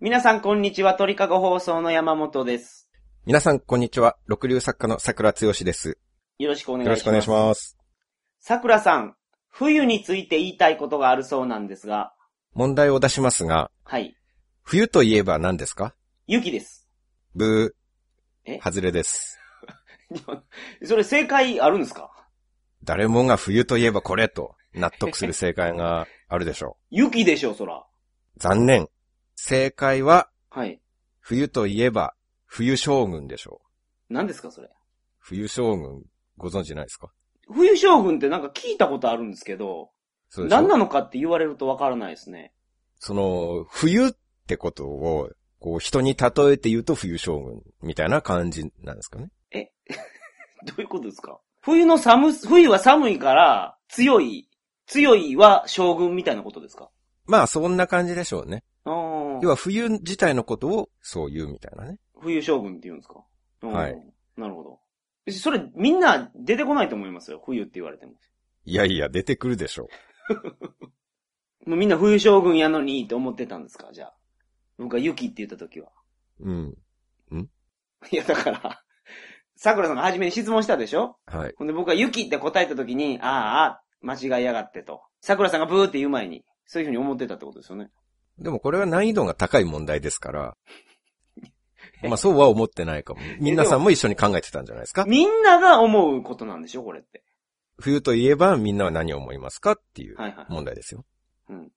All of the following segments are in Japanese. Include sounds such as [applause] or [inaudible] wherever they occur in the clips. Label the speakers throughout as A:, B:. A: 皆さんこんにちは、鳥かご放送の山本です。
B: 皆さん、こんにちは。六流作家の桜剛です。
A: よろしくお願い
B: よ
A: しま
B: ろ
A: す。
B: しくお願いします。
A: 桜さん、冬について言いたいことがあるそうなんですが、
B: 問題を出しますが、
A: はい。
B: 冬といえば何ですか
A: 雪です。 [laughs]
B: ブ
A: え
B: ー、外れです。
A: それ正解あるんですか
B: 誰もが冬といえばこれと納得する正解があるでしょ
A: 雪でしょ、そら。 [laughs]
B: う。残念。正解は、
A: はい。
B: 冬といえば冬将軍でしょう。
A: 何ですか、それ。
B: 冬将軍、ご存知ないですか
A: 冬将軍ってなんか聞いたことあるんですけど、
B: そうでしょ
A: 何なのかって言われるとわからないですね。 [laughs]
B: その、冬ってことを、こう人に例えて言うと冬将軍みたいな感じなんですかね。
A: どういうことですか冬の寒す、冬は寒いから、強い、強いは将軍みたいなことですか
B: まあそんな感じでしょうね。
A: あー
B: 要は冬自体のことをそう言うみたいなね。
A: 冬将軍って言うんですかうん
B: はい
A: なるほど。それ、みんな出てこないと思いますよ。冬って言われても。
B: いやいや、出てくるでしょう。
A: もうみんな冬将軍やのにって思ってたんですかじゃあ。僕が雪って言った時は。 [laughs]
B: うん。
A: いや、だから、桜さんが初めに質問したでしょ
B: はい。
A: ほんで僕が雪って答えた時に、ああ、間違いやがってと。桜さんがブーって言う前に、そういうふうに思ってたってことですよね。
B: でもこれは難易度が高い問題ですから、
A: [laughs]
B: まあそうは思ってないかも。皆さんも一緒に考えてたんじゃないですか
A: みんなが思うことなんでしょこれって。
B: 冬といえばみんなは何を思いますかっていう
A: はいはい。
B: 問題ですよ。
A: うん。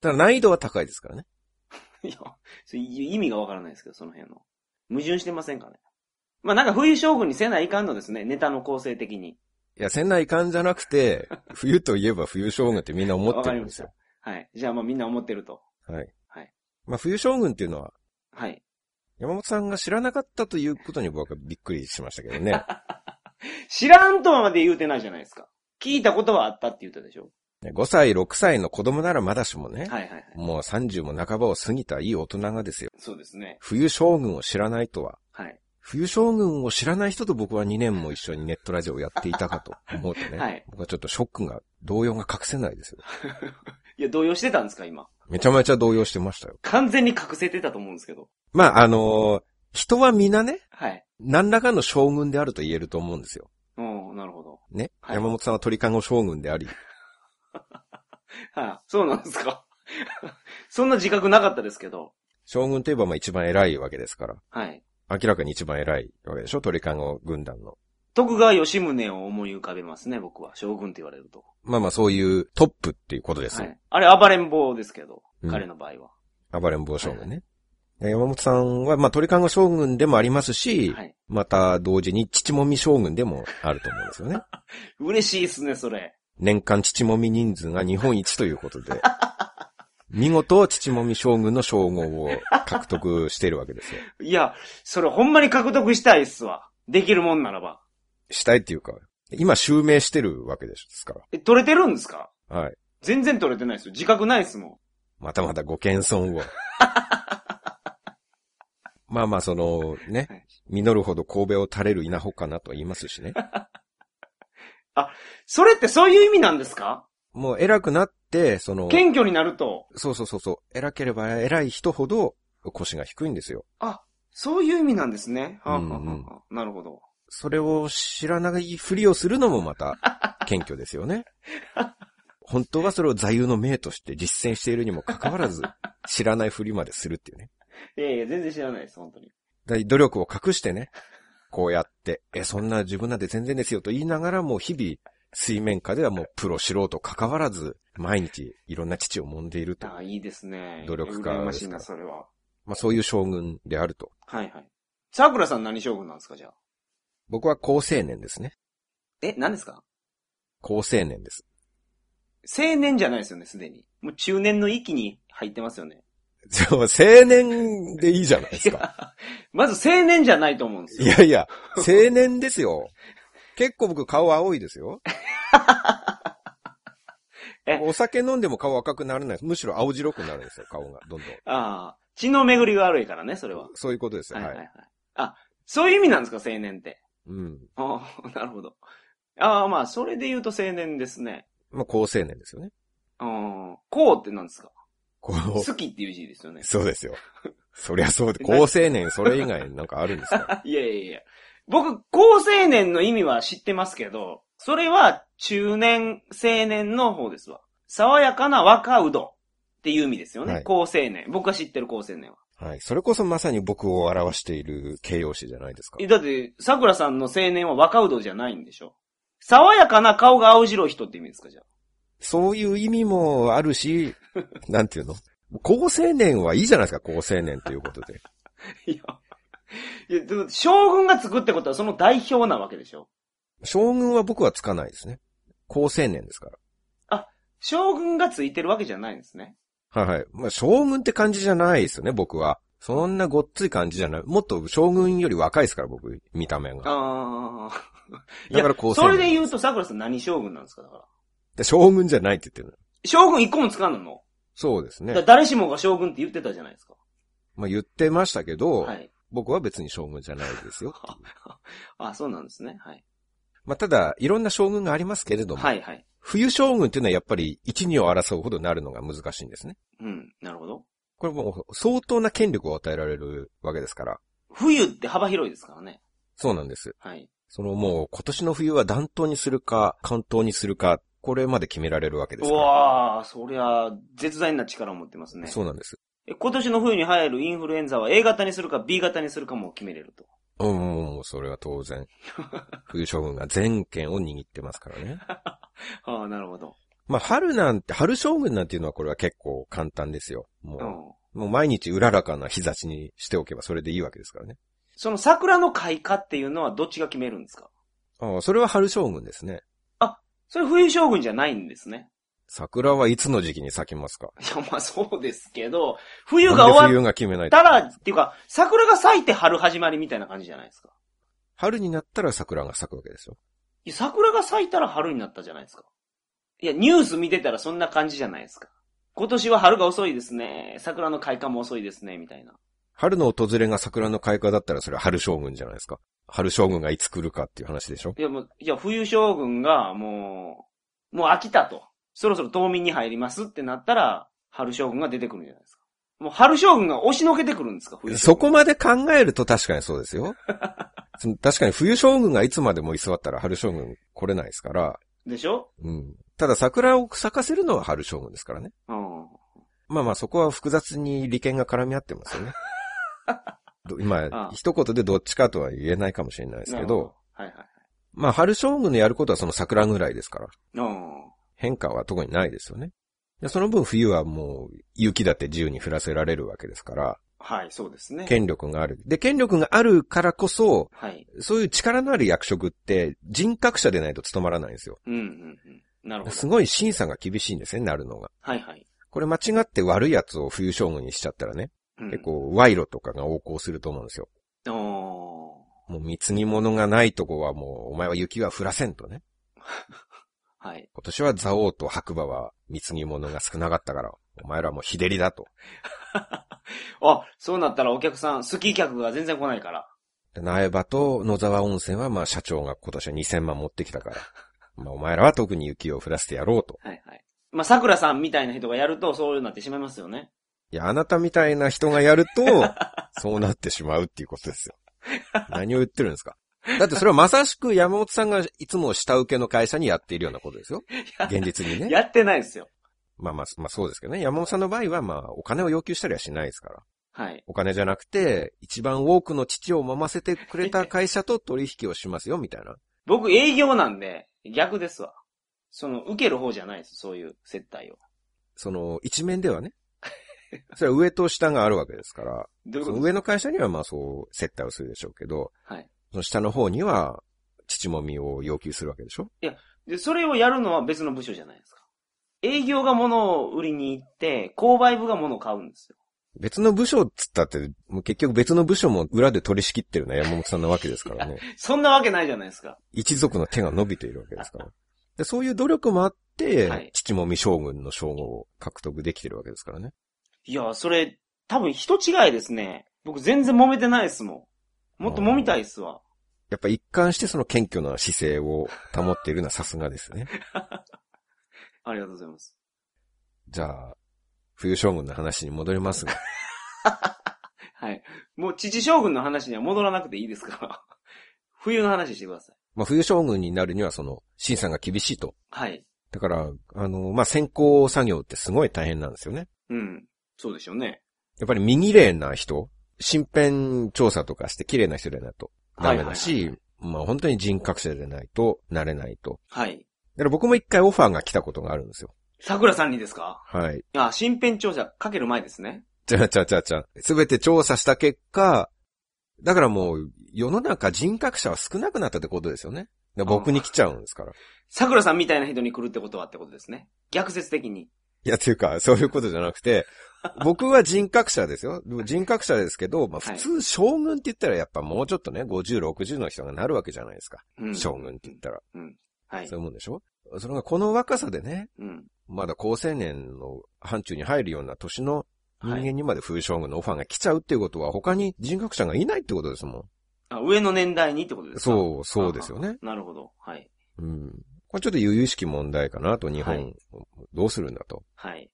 B: ただ難易度は高いですからね。
A: [laughs] いや、それ意味がわからないですけど、その辺の。矛盾してませんかね。まあなんか冬将軍にせないかんのですね、ネタの構成的に。
B: いや、仙台感じゃな
A: [laughs]
B: くて、冬といえば冬将軍ってみんな思ってるんですよ。
A: はい。じゃあまあみんな思ってると。
B: はい。
A: はい
B: まあ冬将軍っていうのは、
A: はい。
B: 山本さんが知らなかったということに僕はびっくりしましたけ
A: [laughs]
B: どね。
A: 知らんとはまで言うてないじゃないですか。聞いたことはあったって言ったでしょ
B: 5歳、6歳の子供ならまだしもね、
A: はいはいはい。
B: もう30も半ばを過ぎたいい大人がですよ。
A: そうですね。
B: 冬将軍を知らないとは。
A: はい。
B: 冬将軍を知らない人と僕は2年も一緒にネットラジオをやっていたかと思うとね。
A: はい
B: 僕はちょっとショックが、動揺が隠せないですよ。
A: いや、動揺してたんですか、今。
B: めちゃめちゃ動揺してましたよ。
A: 完全に隠せてたと思うんですけど。
B: まあ、あのー人は皆ね、
A: はい。
B: 何らかの将軍であると言えると思うんですよ。
A: うん、なるほど。
B: ね。
A: はい
B: 山本さんは鳥かご将軍であり、
A: はい、そうなんですか。 [laughs] そんな自覚なかったですけど。
B: 将軍といえばまあ一番偉いわけですから、
A: はい。
B: 明らかに一番偉いわけでしょ鳥かご軍団の。
A: 徳川吉宗を思い浮かべますね、僕は。将軍って言われると。
B: まあまあそういうトップっていうことです
A: は
B: よ。
A: い。あれ、暴れん坊ですけど、
B: うん
A: 彼の場合は。
B: 暴れん坊将軍ね。山本さんは、まあ、鳥籠将軍でもありますし、
A: はい。
B: また同時に父もみ将軍でもあると思うんですよ
A: [laughs]
B: ね。
A: 嬉しいっすね、それ。
B: 年間父もみ人数が日本一ということ
A: [laughs]
B: で、見事父もみ将軍の称号を獲得しているわけですよ。
A: いや、それほんまに獲得したいっすわ。できるもんならば。
B: したいっていうか、今襲名してるわけですか。
A: え、取れてるんですから
B: はい。
A: 全然取れてないですよ。自覚ないっすも
B: またまたご謙遜
A: [laughs]
B: を。まあまあ、その、ね
A: はい、
B: 実るほど神戸を垂れる稲穂かなと言いますしね。
A: ん。それってそういう意味なんですか
B: もう偉くなって、その、
A: 謙虚になると、
B: そうそうそうそう。偉ければ偉い人ほど腰が低いんですよ。
A: そういう意味なんですね。はあ
B: うん
A: はあ
B: う
A: は
B: ん
A: あはあなるほど。
B: それを知らないふりをするのも
A: [laughs]
B: また謙虚ですよね。本当はそれを座右の銘として実践しているにもかかわらず、知らないふりまでするっていうね。
A: いやいや、全然知らないです、本当に。
B: だから努力を隠してね、こうやって、え、そんな自分なんて全然ですよと言いながらも日々、水面下ではもうプロ素人関わらず、毎日いろんな父を揉んでいると。
A: ああ、いいですね。
B: 努力家
A: 羨ましい
B: で
A: な、
B: す
A: それは。
B: まあそういう将軍であると。
A: はいはい。桜さん何将軍なんですか、じゃあ。
B: 僕は高青年ですね。
A: え、何ですか
B: 高青年です。 [laughs]
A: 青年じゃないですよね、すでに。もう中年の域に入ってますよね。
B: そう、青年でいいじゃないで
A: [laughs]
B: すか。
A: まず青年じゃないと思うんです
B: い
A: よ。
B: やいや、青年ですよ。結構僕顔青いですよ
A: [laughs] え。
B: お酒飲んでも顔赤くならないです。むしろ青白くなるんですよ、顔が。どんどん。
A: ああ、血の巡りが悪いからね、それは。
B: そういうことですよ。
A: はい
B: は。
A: はいはいい。あ、そういう意味なんですか、青年って。
B: うん。
A: ああ、 [laughs] なるほど。ああ、まあ、それで言うと青年ですね。
B: まあ、高青年ですよね。
A: うん。こうって何ですか
B: こ
A: 好
B: う、
A: きっていう字ですよね。
B: [laughs] そうですよ。そりゃそう [laughs] で、高青年それ以外なんかあるんですか
A: [laughs]
B: [laughs]
A: いやいやいや。僕、高青年の意味は知ってますけど、それは中年、青年の方ですわ。爽やかな若うどんっていう意味ですよね。
B: はい
A: 高青年。僕が知ってる高青年は。
B: はい。それこそまさに僕を表している形容詞じゃないですか
A: え。だって、桜さんの青年は若うどんじゃないんでしょ爽やかな顔が青白い人って意味ですかじゃあ。
B: そういう意味もある [laughs] し、なんていうの高青年はいいじゃないですか、高青年ということで。
A: いや。いや、でも将軍がつくってことはその代表なわけでしょ
B: 将軍は僕はつかないですね。高青年ですか
A: 将軍がついてるわけじゃないんですね。
B: ら。はいはい。まあ、将軍って感じじゃないですよね、僕は。そんなごっつい感じじゃない。もっと将軍より若いですから、僕、見た目が。
A: ああ。
B: だから高青年。
A: それで言うと桜さん何将軍なんですかだから。
B: で将軍じゃないって言ってるの。
A: 将軍一個もつかんの
B: そうです
A: だ
B: ね
A: から。誰しもが将軍って言ってたじゃないですか。
B: まあ、言ってましたけど、
A: はい。
B: 僕は別に将軍じゃないですよ。
A: あ、そうなんですね。はい。
B: まあ、ただ、いろんな将軍がありますけれども、
A: はいはい。
B: 冬将軍っていうのはやっぱり一二を争うほどなるのが難しいんですね。
A: うん、なるほど。
B: これもう相当な権力を与えられるわけですから。
A: 冬って幅広いですからね。
B: そうなんです。
A: はい。
B: そのもう今年の冬は暖冬にするか、関東にするか、これまで決められるわけで
A: う
B: すから。
A: わー、そりゃ、絶大な力を持ってますね。
B: そうなんです。
A: え今年の冬に入るインフルエンザは A 型にするか B 型にするかも決めれると。
B: うん、もうそれは当然。冬将軍が全権を握ってますからね。
A: ああ、なるほど。
B: まあ春なんて、春将軍なんていうのはこれは結構簡単ですよ。
A: う
B: も
A: ん。
B: う、もう毎日うららかな日差しにしておけばそれでいいわけですからね。
A: その桜の開花っていうのはどっちが決めるんですか
B: ああ、それは春将軍ですね。
A: それ冬将軍じゃないんですね。
B: 桜はいつの時期に咲きますか
A: いや、まあそうですけど、冬が終わ
B: 冬が決めない
A: っ
B: と。
A: たら、っていうか、桜が咲いて春始まりみたいな感じじゃないですか。
B: 春になったら桜が咲くわけですよ。
A: いや、桜が咲いたら春になったじゃないですか。いや、ニュース見てたらそんな感じじゃないですか。今年は春が遅いですね。桜の開花も遅いですね、みたいな。
B: 春の訪れが桜の開花だったらそれは春将軍じゃないですか。春将軍がいつ来るかっていう話でしょ
A: いや、もう、いや、冬将軍がもう、もう飽きたと。そろそろ冬眠に入りますってなったら、春将軍が出てくるんじゃないですか。もう春将軍が押しのけてくるんですか、冬将軍。
B: そこまで考えると確かにそうです
A: [laughs]
B: よ。その確かに冬将軍がいつまでも居座ったら春将軍来れないですから。
A: でしょ
B: うん。ただ桜を咲かせるのは春将軍ですからね。
A: うん。
B: まあまあそこは複雑に利権が絡み合ってま
A: [laughs]
B: すよね。ど今、
A: ああ
B: 一言でどっちかとは言えないかもしれないですけ
A: なる
B: ど、
A: ほど。はいはい。
B: まあ春将軍のやることはその桜ぐらいですから。
A: うん。
B: 変化は特にないですよね。でその分冬はもう雪だって自由に降らせられるわけですから、
A: はい、そうですね。
B: 権力がある。で、権力があるからこそ、
A: はい。
B: そういう力のある役職って人格者でないと務まらないんですよ。
A: うんうんうん。なるほど。
B: すごい審査が厳しいんですね、なるのが。
A: はいはい。
B: これ間違って悪いやつを冬将軍にしちゃったらね、
A: うん
B: 結。構賄賂とかが横行すると思うんですよ。
A: お
B: もう貢ぎ物がないとこはもう、お前は雪は降らせんとね。
A: ーはい。
B: 今年は蔵王と白馬は貢ぎ物が少なかったから、お前らもう日照りだと。
A: あ、そうなったらお客さん、スキー客が全然来ないから。
B: で苗場と野沢温泉は、まあ、社長が今年は2000万持ってきたから。まあ、お前らは特に雪を降らせてやろうと。
A: はいはい。まあ、桜さんみたいな人がやると、そうなってしまいますよね。
B: いや、あなたみたいな人がやると、そうなってしまうっていうことですよ。何を言ってるんですかだってそれはまさしく山本さんがいつも下請けの会社にやっているようなことですよ。現実にね。
A: やってないですよ。
B: まあまあ、まあそうですけどね。山本さんの場合はまあお金を要求したりはしないですから。
A: はい。
B: お金じゃなくて、一番多くの父を揉ませてくれた会社と取引をしますよ、みたいな。
A: 僕営業なんで、逆ですわ。その、受ける方じゃないです。そういう接待を。
B: その、一面では
A: [laughs]
B: ね。それは上と下があるわけですから、
A: どういう
B: そ
A: こと
B: の上の会社にはまあそう接待をするでしょうけど、
A: はい。
B: その下の方には、父もみを要求するわけでしょ
A: で、それをやるのは別の部署じゃないですか。営業が物を売りに行って、購買部が物を買うんですよ。
B: 別の部署っつったって、もう結局別の部署も裏で取り仕切ってるのは山本さんなわけですからね。
A: そんなわけないじゃないですか。
B: 一族の手が伸びているわけですから。でそういう努力もあって、
A: はい
B: 父もみ将軍の称号を獲得できてるわけですからね。
A: いや、それ、多分人違いですね。僕全然揉めてないですもん。もっと揉みたいっすわ。
B: やっぱ一貫してその謙虚な姿勢を保っているのはさすがです
A: [laughs]
B: ね。
A: ありがとうございます。
B: じゃあ、冬将軍の話に戻りますが
A: はい。もう、父将軍の話には戻らなくていいですから。 [laughs] 冬の話してください。
B: まあ、冬将軍になるにはその、審査が厳しいと。
A: はい。
B: だから、あの、まあ、先行作業ってすごい大変なんですよね。
A: うん。そうでしょうね。
B: やっぱり身綺麗な人、身辺調査とかして綺麗な人でないとダメ
A: は
B: だ
A: いはい
B: し、まあ本当に人格者でないとなれないと。
A: はい。
B: だから僕も一回オファーが来たことがあるんですよ。
A: 桜さんにですか
B: はい。
A: あ、身辺調査かける前ですね。
B: じゃあじゃあじゃあじゃあ。すべて調査した結果、だからもう世の中人格者は少なくなったってことですよね。で僕に来ちゃうんですから。
A: 桜さんみたいな人に来るってことはってことですね。逆説的に。
B: いや、というか、そういうことじゃなくて、僕は人格者ですよ。でも人格者ですけど、ま
A: は
B: あ普
A: い
B: 通将軍って言ったらやっぱもうちょっとね、50、60の人がなるわけじゃないですか。
A: うん。
B: 将軍って言ったら。
A: はい
B: そ。ういうもんでしょそれがこの若さでね、
A: うん。
B: まだ高青年の範疇に入るような年の人
A: は
B: 間
A: い。
B: にまで風将軍のオファーが来ちゃうっていうことは他に人格者がいないってことですも
A: あ、上の年代にってことで
B: ん。
A: すか
B: そう、そうですよね。
A: なるほど。はい。
B: うん。これちょっと由々しき問題かなと、日
A: は
B: 本
A: い、
B: どうするんだと。
A: はい。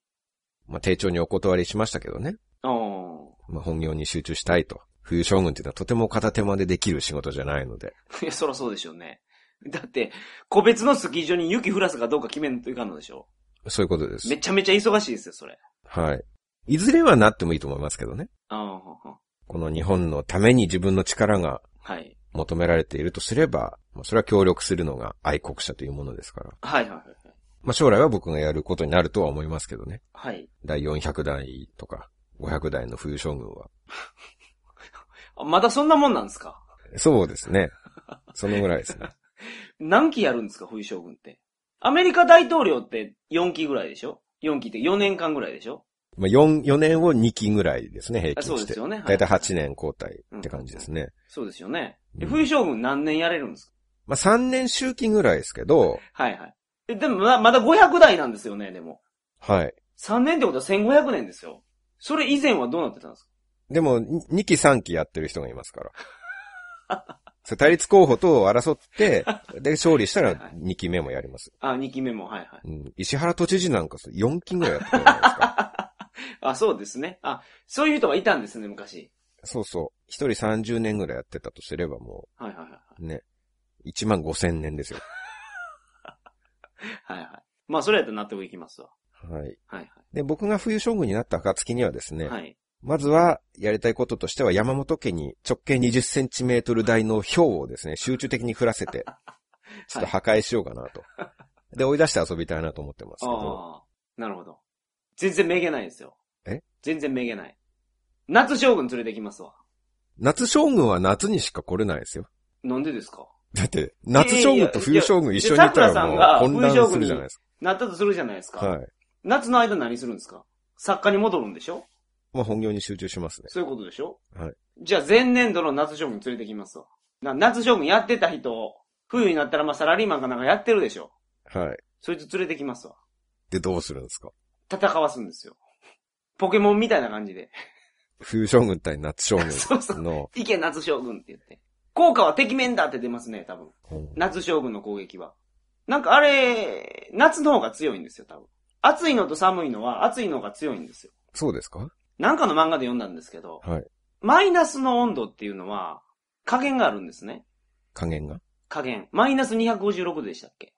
B: まあ、丁重にお断りしましたけどね。
A: お
B: まあ、本業に集中したいと。冬将軍っていうのはとても片手間でできる仕事じゃないので。
A: [laughs] ー。いや、そらそうでしょうね。だって、個別のスキー場に雪降らすかどうか決めんといかんのでしょ
B: そういうことです
A: め。ちゃめちゃ忙しいですよ、それ。
B: はい。いずれはなってもいいと思いますけどね。
A: ああ、ほんほん
B: この日本のために自分の力が
A: はい。
B: 求められているとすれば、まあそれは協力するのが愛国者というものですから。
A: はい、はい、はいはい。
B: まあ、将来は僕がやることになるとは思いますけどね。
A: はい。
B: 第400代とか500代の冬将軍は。
A: あまだそんなもんなんですか
B: そうですね。そのぐらいですね。
A: 何期やるんですか、冬将軍って。アメリカ大統領って4期ぐらいでしょ ?4 期って4年間ぐらいでしょ
B: まあ、4、4年を2期ぐらいですね、平
A: あ
B: 均
A: そう
B: し
A: で
B: て。
A: すよね。は
B: だい
A: い
B: たい8年交代って感じですね。
A: そうですよね。で
B: うん
A: 冬将軍何年やれるんですか
B: まあ、3年周期ぐらいですけど、
A: はいはい。えでもまだ、まだ500代なんですよね、でも。
B: はい。
A: 3年ってことは1500年ですよ。それ以前はどうなってたんですか
B: でも、2期3期やってる人がいますから。
A: [laughs]
B: そう対立候補と争って、で、勝利したら2期目もやります。
A: あ、2期目も、はいはい。
B: うん、石原都知事なんかそう4期ぐらいやってたじゃないです
A: [laughs]
B: か。
A: あ、そうですね。あ、そういう人がいたんですね、昔。
B: そうそう。一人30年ぐらいやってたとすればも
A: はいはいはい。
B: う、ね、1万5千年ですよ。
A: はいはい。まあ、それやったら納得いきますわ。
B: はい。
A: はい
B: で、僕が冬将軍になった暁にはですね、
A: はい。はい。
B: まずは、やりたいこととしては山本家に直径20センチメートル大の氷をですね、集中的に降ら
A: [laughs]
B: せて、ちょっと破壊しようかなと。で、追い出して遊びたいなと思ってますけど、
A: ああ、なるほど。全然めげないですよ。
B: え
A: 全然めげない。夏将軍連れてきますわ。
B: 夏将軍は夏にしか来れないですよ。
A: なんでですか
B: だって、夏将軍と冬将軍一緒にいたらもう混乱するじゃないです
A: なったとするじゃないですか。
B: か。はい。
A: 夏の間何するんですか作家に戻るんでしょ
B: まあ本業に集中しますね。
A: そういうことでしょ
B: はい。
A: じゃあ前年度の夏将軍連れてきますわ。な夏将軍やってた人、冬になったらまあサラリーマンかなんかやってるでしょ
B: はい。
A: そいつ連れてきますわ。
B: で、どうするんですか
A: 戦わすんですよ。ポケモンみたいな感じで。 [laughs]
B: 冬将軍対夏将軍
A: そうそう
B: [laughs] の、
A: いけ夏将軍って言って。効果は敵面だって出ますね、多分。
B: うん
A: 夏将軍の攻撃は。なんかあれ、夏の方が強いんですよ、多分。暑いのと寒いのは暑いのが強いんですよ。
B: そうですか
A: なんかの漫画で読んだんですけど、
B: はい。
A: マイナスの温度っていうのは、加減があるんですね。
B: 加減が。
A: 加減。マイナス256でしたっけ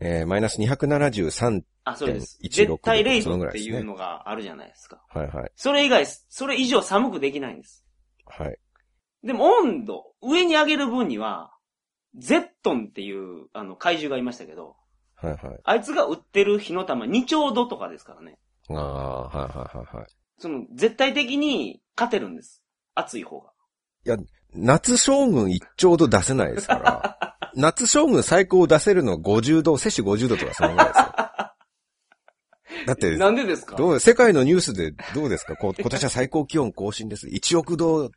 B: えー、マイナス273、
A: あ、それです。
B: 1.16
A: 絶対0
B: そのぐ
A: 度
B: ら
A: っ
B: い
A: て
B: です
A: い
B: ね
A: うのがあるじゃないですか。
B: はいはい。
A: それ以外、それ以上寒くできないんです。
B: はい。
A: でも温度、上に上げる分には、ゼットンっていう、あの、怪獣がいましたけど、
B: はいはい。
A: あいつが売ってる火の玉2兆度とかですからね。
B: ああ、はいはいはいはい。
A: その、絶対的に勝てるんです。熱い方が。
B: 夏将軍1兆度出せないです [laughs] から、夏将軍最高出せるのは50度、摂氏50度とかそのぐらいです [laughs] よ。だって、
A: なんでですか
B: どう、世界のニュースでどうですかこ今年は最高気温更新です。1億度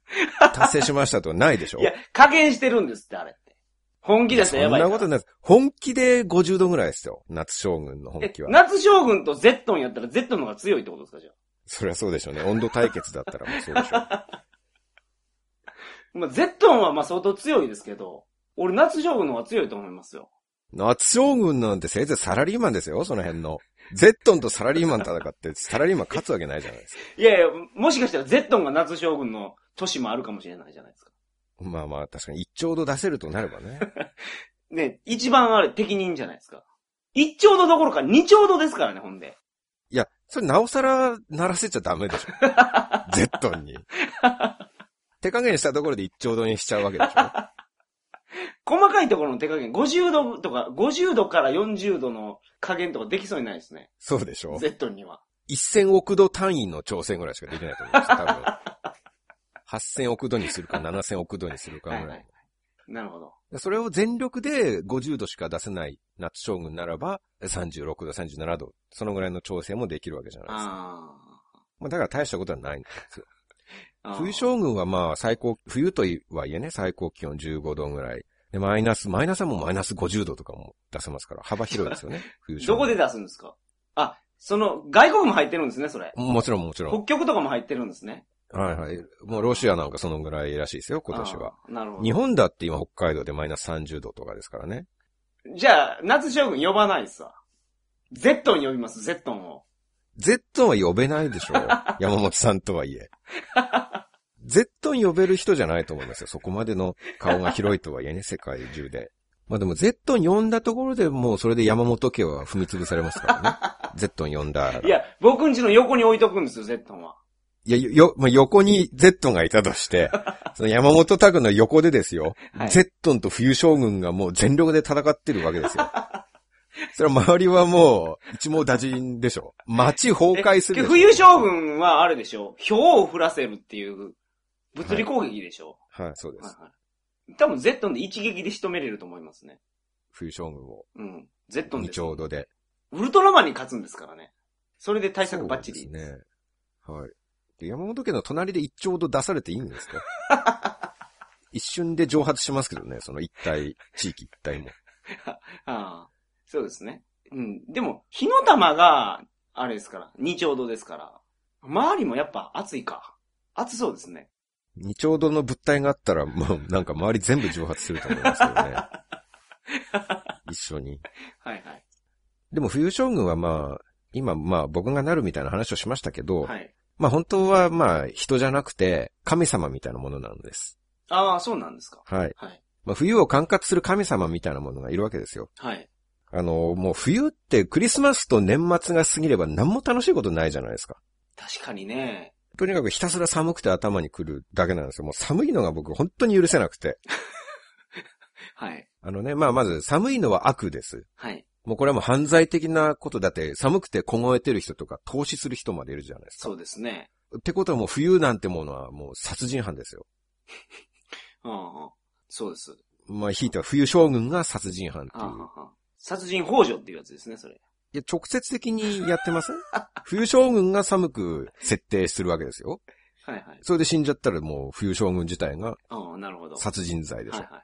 B: 達成しましたとかないでしょ
A: いや、加減してるんですって、あれって。本気出したらや
B: そん
A: ばい
B: な
A: から。
B: ことないです。本気で50度ぐらいですよ。夏将軍の本
A: え
B: 気は。
A: 夏将軍とゼットンやったらゼットンの方が強いってことですか、じゃ
B: そりゃそうでしょうね。温度対決だったらもうそうでしょう。 [laughs]
A: あ。まあ、ゼットンはまあ相当強いですけど、俺夏将軍の方が強いと思いますよ。
B: 夏将軍なんてせいぜいサラリーマンですよ、その辺の。ゼットンとサラリーマン戦って、サラリーマン勝つわけないじゃないですか。
A: いやいや、もしかしたらゼットンが夏将軍の都市もあるかもしれないじゃないですか。
B: まあまあ、確かに一丁度出せるとなればね。
A: ね、一番あれ、適任じゃないですか。一丁度どころか二丁度ですからね、ほんで。
B: いや、それなおさら鳴らせちゃダメでしょ。ゼット
A: [laughs]
B: ンに。手加減したところで一丁度にしちゃうわけでしょ。
A: 細かいところの手加減、50度とか、50度から40度の加減とかできそうにないですね。
B: そうでしょ。
A: Z には。
B: 1000億度単位の調整ぐらいしかできないと思います。多分。8000億度にするか7000億度にするかぐらい。
A: はいはいなるほど。
B: それを全力で50度しか出せない夏将軍ならば、36度、37度、そのぐらいの調整もできるわけじゃないですか。
A: あ
B: まあ、だから大したことはないんですよ。
A: ああー。
B: 冬将軍はまあ最高、冬とはいえね、最高気温15度ぐらい。で、マイナス、マイナスはもうマイナス50度とかも出せますから、幅広いですよね。冬将
A: [laughs] どこ
B: 軍。
A: で出すんですかあ、その、外国も入ってるんですね、それ。
B: もちろんもちろん。
A: 北極とかも入ってるんですね。
B: はいはい。もうロシアなんかそのぐらいらしいですよ、今年は。
A: あー。なるほ
B: 日
A: ど。
B: 本だって今北海道でマイナス30度とかですからね。
A: じゃあ、夏将軍呼ばないっすわ。ゼットン呼びます、ゼットンを。
B: ゼットンは呼べないでしょう。山本さんとはいえ。ゼットン呼べる人じゃないと思いますよ。そこまでの顔が広いとはいえね、世界中で。まあでも、ゼットン呼んだところでもうそれで山本家は踏み潰されますからね。ゼットン呼んだ
A: い
B: ら。
A: や、僕んちの横に置いとくんですよ、ゼットンは。
B: いや、よ、よまあ、横にゼットンがいた
A: [laughs]
B: として、その山本タグの横でですよ、
A: はい
B: ゼットンと冬将軍がもう全力で戦ってるわ
A: [laughs]
B: けですよ。それは周りはもう一網打尽でしょ。街崩壊する
A: え
B: でしょ
A: 冬将軍はあれでしょ氷を降らせるっていう物理攻撃でしょ、
B: はい、そうで
A: はい、
B: す。
A: はい多分ゼットンで一撃で仕留めれると思いますね。
B: 冬将軍を
A: うん。ゼットン
B: 二
A: です。
B: 丁度で。
A: ウルトラマンに勝つんですからね。それで対策バッチリ。
B: そうですね。はい。で山本家の隣で一丁度出されていい
A: [laughs]
B: んですか一瞬で蒸発しますけどね、その一体、地域一体も。
A: ああ、そうですね。うん。でも、火の玉が、あれですから、二丁度ですから。周りもやっぱ暑いか。暑そうですね。
B: 二丁度の物体があったら、もうなんか周り全部蒸発すると思いますけど
A: [laughs]
B: ね。一緒に。
A: はいはい。
B: でも冬将軍はまあ、今まあ僕がなるみたいな話をしましたけど、
A: はい。
B: まあ本当はまあ人じゃなくて神様みたいなものなんです。
A: ああ、そうなんですか。
B: はい。
A: はい。
B: まあ冬を管轄する神様みたいなものがいるわけですよ。
A: はい。
B: あの、もう冬ってクリスマスと年末が過ぎれば何も楽しいことないじゃないですか。
A: 確かにね。
B: とにかくひたすら寒くて頭に来るだけなんですよ。もう寒いのが僕本当に許せなくて。
A: はい。
B: あのね、まあまず寒いのは悪です。
A: はい。
B: もうこれはもう犯罪的なことだって、寒くて凍えてる人とか、投資する人までいるじゃないですか。
A: そうですね。
B: ってことはもう冬なんてものはもう殺人犯ですよ。
A: うんうん。そうです。
B: まあ、ひいては冬将軍が殺人犯ってい
A: ああ
B: う。
A: ああ殺人幇助っていうやつですね、それ。
B: いや、直接的にやってません [laughs] 冬将軍が寒く設定するわけですよ。
A: はいはい。
B: それで死んじゃったらもう冬将軍自体が
A: ああ、なるほど。
B: 殺人罪でし
A: はい
B: ょ
A: は。いはい。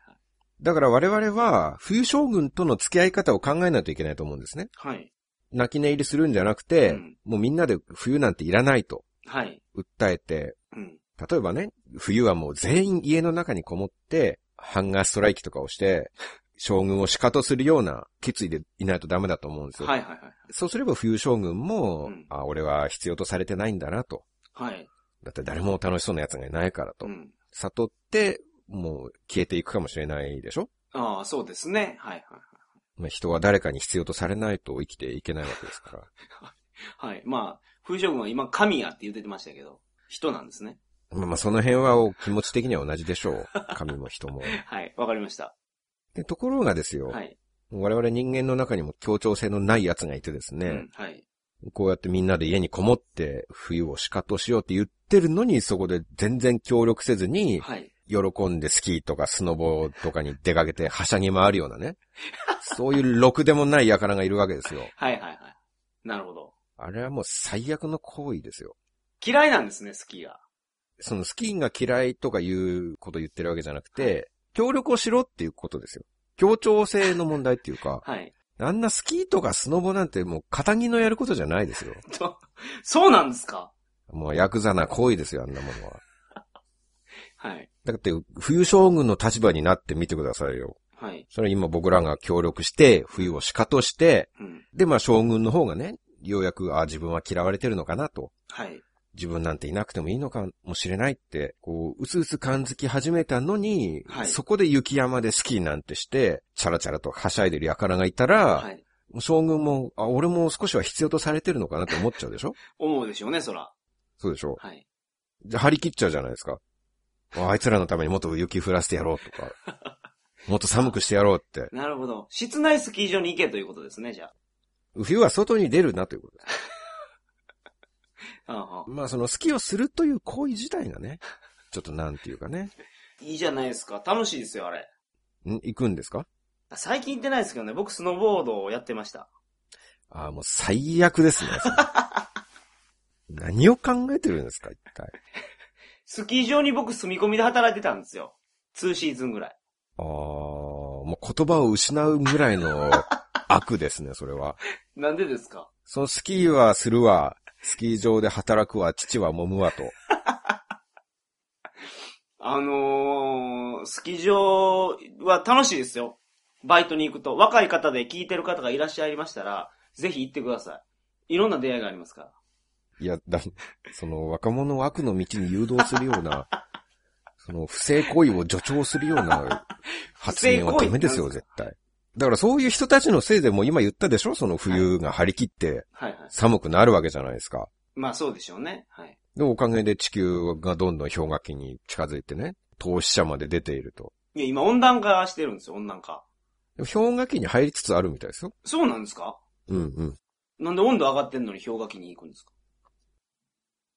B: だから我々は冬将軍との付き合い方を考えないといけないと思うんですね。
A: はい。
B: 泣き寝入りするんじゃなくて、
A: うん
B: もうみんなで冬なんていらないと
A: はい。
B: 訴えて、
A: うん。
B: 例えばね、冬はもう全員家の中にこもって、ハンガーストライキとかをして、将軍を仕方するような決意でいないとダメだと思うんですよ。
A: はいはいはい。
B: そうすれば冬将軍も、
A: うん
B: あ、俺は必要とされてないんだなと。
A: はい。
B: だって誰も楽しそうな奴がいないからと。
A: うん。
B: 悟って、もう消えていくかもしれないでしょ
A: ああ、そうですね。はいはい。
B: まあ人は誰かに必要とされないと生きていけないわけですから。 [laughs]
A: はい。まあ、風将軍は今、神やって言ってましたけど、人なんですね。
B: まあまあその辺はお気持ち的には同じでしょう。神も人も。
A: はい。わかりました。
B: でところがですよ、
A: はい。
B: 我々人間の中にも協調性のない奴がいてですね、
A: うん。はい。
B: こうやってみんなで家にこもって冬を仕方しようって言ってるのに、そこで全然協力せずに、
A: はい。
B: 喜んでスキーとかスノボとかに出かけてはしゃぎ回るようなね。そういうろくでもない輩がいるわけですよ。
A: はいはいはい。なるほど。
B: あれはもう最悪の行為ですよ。
A: 嫌いなんですね、スキーが。
B: そのスキーが嫌いとかいうこと言ってるわけじゃなくて、協力をしろっていうことですよ。協調性の問題っていうか、
A: はい。 [laughs]
B: あんなスキーとかスノボなんてもう片木のやることじゃないですよ。
A: と、そうなんですか
B: もうヤクザな行為ですよ、あんなものは。
A: はい。
B: だって、冬将軍の立場になってみてくださいよ。
A: はい。
B: それは今僕らが協力して、冬を仕方して、
A: うん。
B: で、まあ将軍の方がね、ようやく、あ自分は嫌われてるのかなと。
A: はい。
B: 自分なんていなくてもいいのかもしれないって、こう、うすうす感づき始めたのに、
A: はい
B: そこで雪山でスキーなんてして、チャラチャラとはしゃいでる輩がいたら、
A: はい。
B: もう将軍も、あ、俺も少しは必要とされてるのかなって思っちゃうでしょ
A: 思うでしょうね、そら。
B: そうでしょ
A: はい。
B: じゃあ張り切っちゃうじゃないですか。ああいつらのためにもっと雪降らせてやろうとか、もっと寒くしてやろうって。
A: なるほど。室内スキー場に行けということですね、じゃ
B: 冬は外に出るなということです。
A: あ。はあはあ
B: まあそのスキーをするという行為自体がね、ちょっとなんていうかね。
A: いいじゃないですか。楽しいですよ、あれ。
B: ん行くんですか
A: あ最近行ってないですけどね、僕スノーボードをやってました。
B: ああ、もう最悪ですね。それ何を考えてるんですか、一体。
A: スキー場に僕住み込みで働いてたんですよ。2シーズンぐらい。
B: ああ、もう言葉を失うぐらいの悪ですね、それは。
A: なんでですか
B: そのスキーはするわ、スキー場で働くわ、父は揉むわと。
A: あのー、スキー場は楽しいですよ。バイトに行くと。若い方で聞いてる方がいらっしゃいましたら、ぜひ行ってください。いろんな出会いがありますから。
B: いや、だ、その若者を悪の道に誘導するよ
A: [laughs]
B: うな、その不正行為を助長するような発言はダメですよ、
A: 不正
B: 絶対。だからそういう人たちのせいでもう今言ったでしょその冬が張り切って
A: はいはい。
B: 寒くなるわけじゃないですか。
A: まあそうでしょうね。はい。
B: で、おかげで地球がどんどん氷河期に近づいてね、投資者まで出ていると。
A: いや、今温暖化してるんですよ、温暖化。
B: でも氷河期に入りつつあるみたいですよ。
A: そうなんですか
B: うんうん。
A: なんで温度上がってんのに氷河期に行くんですか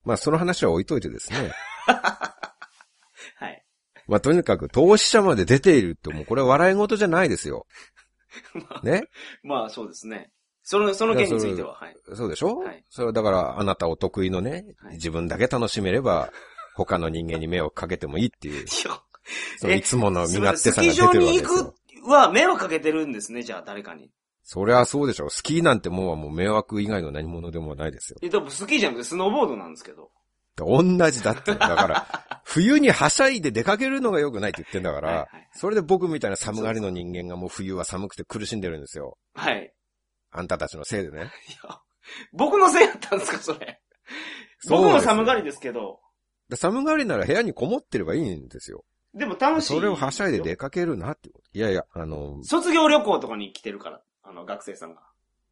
B: まあその話は置いといてです
A: [laughs]
B: ね。
A: はい。
B: まあとにかく投資者まで出ているってもうこれは笑い事じゃないですよ。ね
A: まあそうですね。その、その件については、はい。
B: そうでしょ、
A: はい
B: それはだから、あなたお得意のね、
A: はい
B: 自分だけ楽しめ
A: [laughs]
B: れば、他の人間に迷惑かけてもいいっていう、
A: いや
B: そのいつもの身勝手
A: ス
B: さ
A: キ
B: が
A: ー
B: 出てるわ
A: 場
B: けです
A: に
B: よ。
A: 行くは迷惑かけてるんですね、じゃあ誰かに。
B: そりゃそうでしょ。スキーなんてもうもう迷惑以外の何者でもないですよ。
A: え、でもスキーじゃなくてスノーボードなんですけど。
B: 同じだって。だ
A: [laughs]
B: から、冬にはしゃいで出かけるのが良くないって言ってんだから、
A: はいはい
B: それで僕みたいな寒がりの人間がもう冬は寒くて苦しんでるんですよ。
A: はい。
B: あんたたちのせいでね。
A: いや、僕のせいやったんですか、それ。
B: そう
A: 僕
B: なん
A: も
B: ですよ
A: 寒がりですけど、
B: だ寒がりなら部屋にこもってればいいんですよ。
A: でも楽しい。
B: それをはしゃいで出かけるなってこと。いやいや、あの、
A: 卒業旅行とかに来てるから、あの、学生さんが。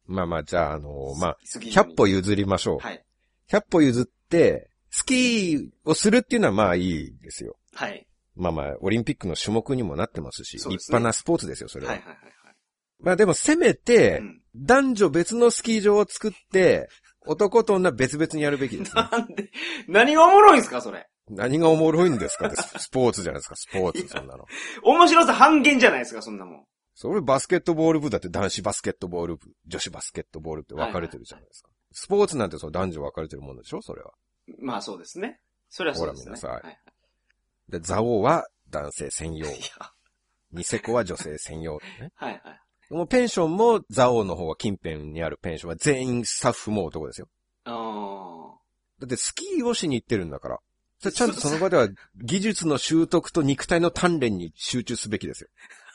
B: まあまあ、じゃあ、あの、まあ、
A: スキー場に
B: 100歩譲りましょう。
A: はい。
B: 100歩譲って、スキーをするっていうのはまあいいですよ。
A: はい。
B: まあまあ、オリンピックの種目にもなってますし、立
A: そうですね
B: 派なスポーツですよ、それ
A: はい
B: は。
A: はいはい
B: まあでも、せめ
A: はい。
B: て
A: う、ん。
B: 男女別のスキー場を作って、男と女別々にやるべきで
A: [laughs]
B: す、ね。
A: なんで、何がおもろいんすか、それ。
B: 何がおもろいんですかってススポーツじゃないですか、スポーツ、そんなの。
A: 面白さ半減じゃないですか、そんなもん。
B: それバスケットボール部だって男子バスケットボール部、女子バスケットボール部って分かれてるじゃないですか。スポーツなんてその男女分かれてるもんでしょ、それは。ま
A: まあそうですね。それはそうですね。
B: ほら見なさ
A: は
B: い
A: い
B: で、ザオは男性専用
A: い。や
B: ニセコは女性専用ってね。
A: はいはい。
B: もうペンションもザオの方は近辺にあるペンションは全員スタッフも男ですよ。
A: あ
B: だってスキーをしに行ってるんだから。それちゃんとその場では技術の習得と肉体の鍛錬に集中すべきですよ。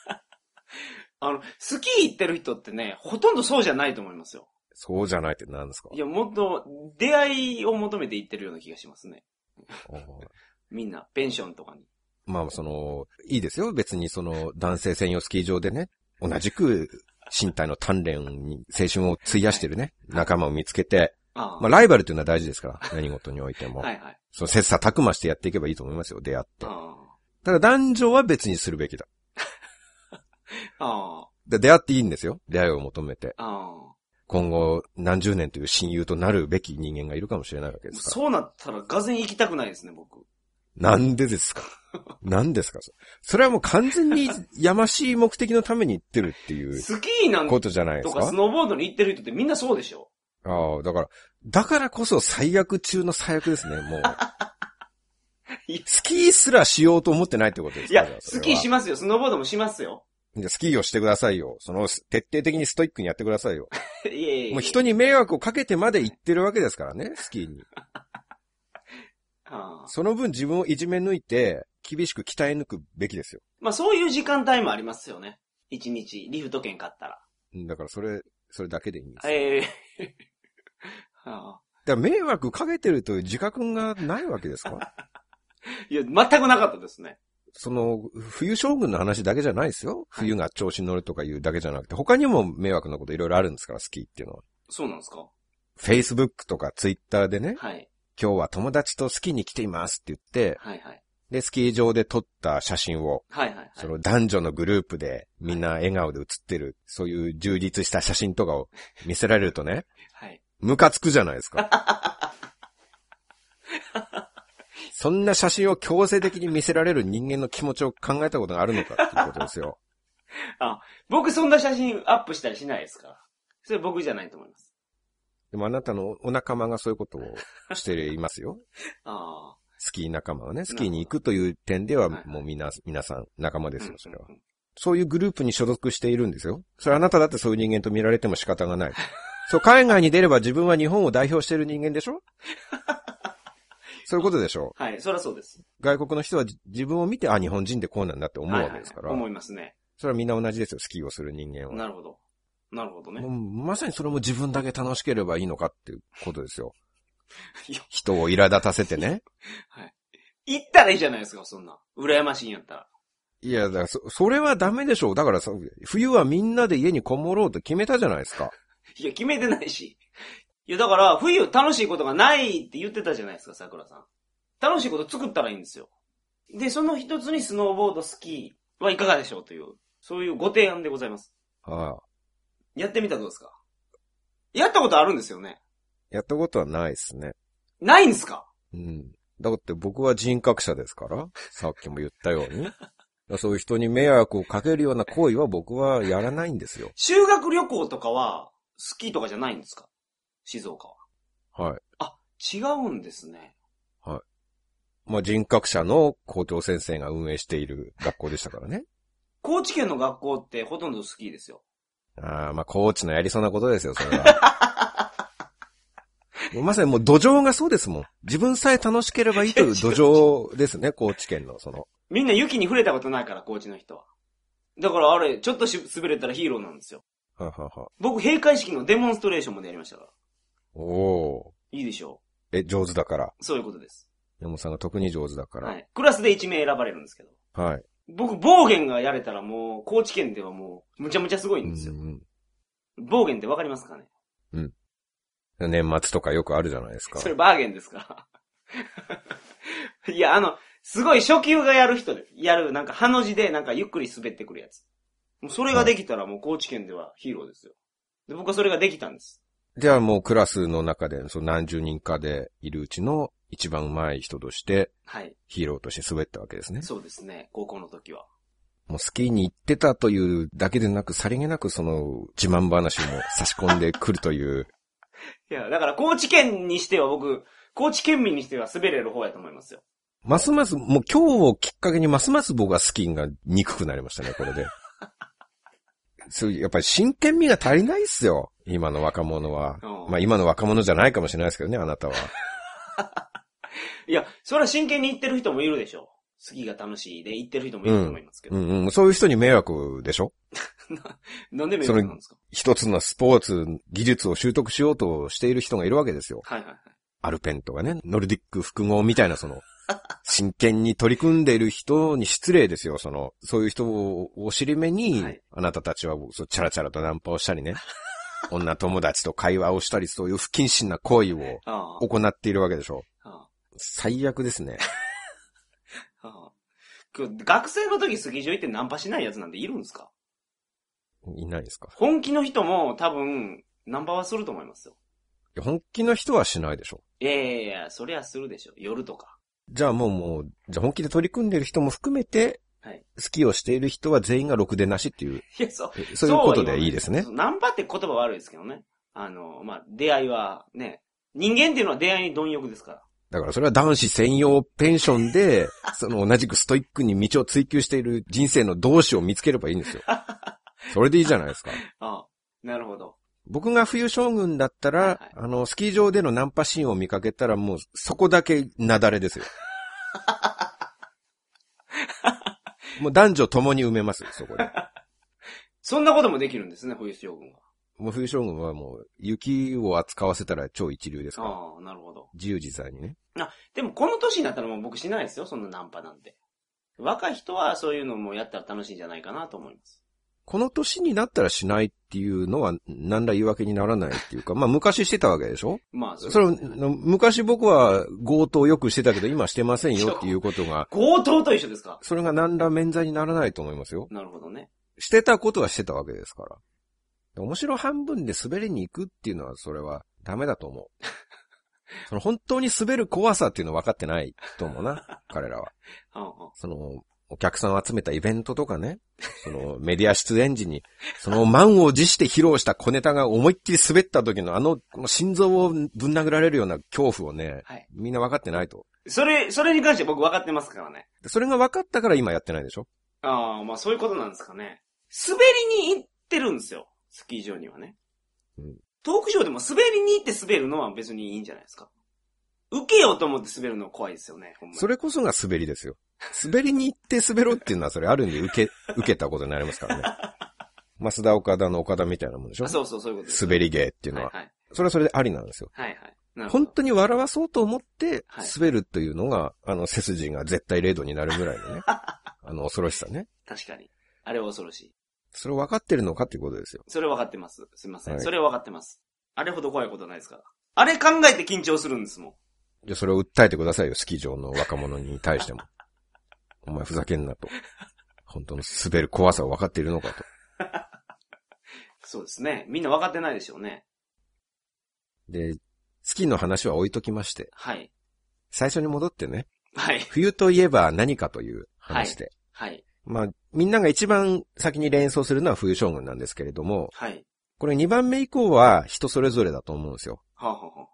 A: あ。あの、スキー行ってる人ってね、ほとんどそうじゃないと思いますよ。
B: そうじゃないって何ですか
A: いや、もっと、出会いを求めて行ってるような気がしますね。
B: おー
A: みんな、ペンションとかに。
B: まあその、いいですよ。別にその男性専用スキー場でね、同じく身体の鍛錬に青春を費やしてるね、仲間を見つけて、
A: ああ。
B: まあライバルというのは大事ですから、何事においても。
A: はいはい。
B: その切磋琢磨してやっていけばいいと思いますよ、出会って。
A: あ
B: ただ男女は別にするべきだ。
A: あ。あ
B: で、出会っていいんですよ。出会いを求めて。
A: あ。ああ。
B: 今後、何十年という親友となるべき人間がいるかもしれないわけですから。
A: そうなったら、がぜん行きたくないですね、僕。
B: なんでで
A: [laughs]
B: すかなんですかそそれはもう完全にやましい目的のために言ってるっていう
A: スキーなん
B: ことじゃないで
A: と
B: す
A: か、ス
B: か
A: ノーボードに行ってる人ってみんなそうでしょ
B: ああ、だから、だからこそ最悪中の最悪ですね、もう
A: [laughs] いや。
B: スキーすらしようと思ってないってことですか
A: いや
B: じゃあ、そ
A: ス
B: れは
A: キーしますよ、スノーボードもしますよ。
B: いやスキーをしてくださいよ。その、徹底的にストイックにやってくださいよ。
A: いやいやいや
B: もう人に迷惑をかけてまで行ってるわけですからね、スキーに。
A: ああ
B: その分自分をいじめ抜いて、厳しく鍛え抜くべきですよ。
A: まあそういう時間帯もありますよね。一日、リフト券買ったら。
B: うんだからそれ、それだけでいいんですよ。
A: ええ [laughs] ああ
B: だから迷惑かけてるという自覚がないわけですか
A: いや、全くなかったですね。
B: その、冬将軍の話だけじゃないですよ。冬が調子に乗るとかいうだけじゃなくて、他にも迷惑なこといろいろあるんですから、スキーっていうのは。
A: そうなんですか
B: Facebook とか Twitter でね、
A: はい。
B: 今日は友達とスキーに来ていますって言って、
A: はいはい。
B: で、スキー場で撮った写真を、
A: はいはい、はい。
B: その男女のグループでみんな笑顔で写ってる、そういう充実した写真とかを見せられるとね、 [laughs]
A: はい。
B: ムカつくじゃないですか。
A: [laughs]
B: そんな写真を強制的に見せられる人間の気持ちを考えたことがあるのかっていうことですよ。 [laughs]
A: 僕そんな写真アップしたりしないですから。それ僕じゃないと思います。
B: でもあなたのお仲間がそういうことをしていますよ。
A: あ
B: スキー仲間はね、スキーに行くという点では
A: なるほど
B: もうみんな、皆さん仲間
A: あ。
B: ですよ、それ
A: う
B: は
A: ん。うんうん
B: そういうグループに所属しているんですよ。それあなただってそういう人間と見られても仕方がない。 [laughs] そう、海外に出れば自分は日本を代表している人間
A: [laughs]
B: でしょそういうことでしょ
A: はい、そりゃそうです。
B: 外国の人はじ自分を見て、あ、日本人ってこうなんだって思うわけですか
A: は
B: ら。
A: いはいはい思いますね。
B: それはみんな同じですよ、スキーをする人間は。
A: なるほど。なるほどね。
B: もうまさにそれも自分だけ楽しければいいのかっていうことですよ
A: [laughs] いや。
B: 人を苛立たせてね。
A: 行ったらいいじゃないですか、そんな。羨ましいんやったら。
B: いや、だからそ、それはダメでしょう。だからさ、冬はみんなで家にこもろうと決めたじゃないですか。
A: いや、決めてないし。いや、だから、冬楽しいことがないって言ってたじゃないですか、桜さん。楽しいこと作ったらいいんですよ。で、その一つにスノーボード、スキーはいかがでしょうという、そういうご提案でございます。
B: はあ、
A: やってみたらどうですかやったことあるんですよね
B: やったことはないですね。
A: ないんですか
B: うん。だって僕は人格者ですから、さっきも言ったよう
A: [laughs]
B: に。だからそういう人に迷惑をかけるような行為は僕はやらないんですよ。
A: 修学旅行とかは、スキーとかじゃないんですか静岡は。
B: はい。
A: あ、違うんですね。
B: まあ、人格者の校長先生が運営している学校でしたからね。 [laughs]
A: 高知県の学校ってほとんどスキーですよ。
B: ああ、まあ、コーチのやりそうなことですよ、それは。 [laughs] もうまさにもう土壌がそうですもん。自分さえ楽しければいい
A: [laughs]
B: という土壌ですね、高知県のその。
A: みんな雪に触れたことないから、高知の人は。だからあれ、ちょっとし滑れたらヒーローなんですよ。
B: ははは
A: 僕、閉会式のデモンストレーションまでやりましたから。
B: おお
A: いいでしょ
B: ー。え、上手だから。
A: う。そういうことです。
B: 山本さんが特に上手だから。
A: はい。クラスで1名選ばれるんですけど。
B: はい。
A: 僕、暴言がやれたらもう、高知県ではもう、むちゃむちゃすごいんですよ。
B: うん
A: 暴言ってわかりますかね
B: うん年末とかよくあるじゃないですか。
A: それバーゲンですから。い [laughs] や、あの、すごい初級がやる人です。やる、なんか、ハの字で、なんか、ゆっくり滑ってくるやつ。もう、それができたらもう、高知県ではヒーローですよ。で、僕はそれができたんです。
B: じゃあもうクラスの中で、その何十人かでいるうちの一番上手い人として、
A: はい。
B: ヒーローとして滑ったわけですね。
A: そうですね、高校の時は。
B: もうスキーに行ってたというだけでなく、さりげなくその自慢話も差し込んでくるという。 [laughs]
A: いや、だから、高知県にしては僕、高知県民にしては滑れる方やと思いますよ。
B: ますます、もう今日をきっかけにますます僕はスキーが憎くなりましたね、こ
A: [laughs]
B: れで。そういう、やっぱり真剣味が足りないっすよ。今の若者は
A: う。ん
B: まあ今の若者じゃないかもしれないですけどね、あなたは。
A: いや、それは真剣に言ってる人もいるでしょう。好きが楽しいで言ってる人もいると思いますけ
B: う
A: ど。
B: んうん、そういう人に迷惑でしょ
A: なんで迷惑なんですか
B: 一つのスポーツ、技術を習得しようとしている人がいるわけですよ。
A: はいはいはい。
B: アルペンとかね、ノルディック複合みたいなそ
A: [laughs]
B: の、真剣に取り組んでいる人に失礼ですよ、その、そういう人をお尻目に、
A: はい
B: あなたたちはそうチャラチャラとナンパをしたりね、女友達と会話をしたり、そういう不謹慎な行為を
A: ああ。
B: 行っているわけでしょ。
A: あ
B: 最悪ですね。
A: あああ今日学生の時スキー場行ってナンパしないやつなんているんですか
B: いないですか。
A: 本気の人も多分、ナンパはすると思いますよ。
B: いや本気の人はしないでしょ。
A: いやいやいや、そりゃするでしょ。夜とか。
B: じゃあもうもう、じゃあ本気で取り組んでる人も含めて、
A: はい
B: スキーをしている人は全員がろくでなしっていう、
A: いや、 [laughs] そう。
B: えそういうことでいいです
A: そうは言わな
B: ね。
A: そうナンパって言葉悪いですけどね。あの、まあ、出会いはね、人間っていうのは出会いに貪欲ですから。
B: だからそれは男子専用ペンションで、
A: [laughs]
B: その同じくストイックに道を追求している人生の同志を見つければいいん
A: [laughs]
B: ですよ。それでいいじゃないですか。
A: ああ、なるほど。
B: 僕が冬将軍だったら、
A: はいはい
B: あの、スキー場でのナンパシーンを見かけたらもうそこだけなだ
A: [laughs]
B: れですよ。もう男女共に埋めますよ、そこで。
A: そんなこともできるんですね、冬将軍は。
B: もう冬将軍はもう、雪を扱わせたら超一流ですから。
A: ああ、なるほど。
B: 自由自在にね。
A: でもこの年になったらもう僕しないですよ、そんなナンパなんて。若い人はそういうのもやったら楽しいんじゃないかなと思います。
B: この年になったらしないっていうのは、何ら言い訳にならないっていうか、まあ昔してたわけでしょ
A: まあ、う
B: それ、昔僕は強盗よくしてたけど、今してませんよっていうことが、
A: 強盗と一緒ですか
B: それが何ら免罪にならないと思いますよ。
A: なるほどね。
B: してたことはしてたわけですから。面白半分で滑りに行くっていうのは、それはダメだと思う。その本当に滑る怖さっていうの分かってないと思うな、彼らは。
A: うんうん
B: その、お客さんを集めたイベントとかね、そのメディア出演時に、その満を持して披露した小ネタが思いっきり滑った時のあの、この心臓をぶん殴られるような恐怖をね、
A: はい
B: みんな分かってないと。
A: それ、それに関して僕分かってますからね。
B: でそれが分かったから今やってないでしょ
A: ああ、まあそういうことなんですかね。滑りに行ってるんですよ。スキー場にはね。
B: うん
A: トークショーでも滑りに行って滑るのは別にいいんじゃないですか。受けようと思って滑るのは怖いですよね、ほんまに
B: それこそが滑りですよ。滑りに行って滑ろうっていうのはそれあるんで受け、受けたことになりま
A: [laughs]
B: すからね。増田岡田の岡田みたいなもんでしょ
A: あそうそう、そういうことです。
B: 滑り芸っていうの
A: はい
B: は。
A: はい。
B: それはそれでありなんですよ。
A: はいはい。なるほ
B: 本
A: ど。
B: 当に笑わそうと思って
A: はい
B: 滑るというのが、あの背筋が絶対0度になるぐらい
A: [laughs]
B: のね。あの恐ろしさね。
A: 確かに。あれは恐ろしい。
B: それを分かってるのかっていうことですよ。
A: それ分かってます。すいません。
B: はい
A: それは分かってます。あれほど怖いことはないですから。あれ考えて緊張するんですもん。
B: じゃあそれを訴えてくださいよ、スキー場の若者に
A: [laughs]
B: 対しても。お前ふざけんなと。本当の滑る怖さを分かっているのかと。
A: そうですね。みんな分かってないでしょうね。
B: で、スキーの話は置いときまして、
A: はい。
B: 最初に戻ってね、
A: はい。
B: 冬といえば何かという話で。
A: はい。
B: まあ、みんなが一番先に連想するのは冬将軍なんですけれども、
A: はい。
B: これ2番目以降は人それぞれだと思うんですよ。
A: はあ、はあはあは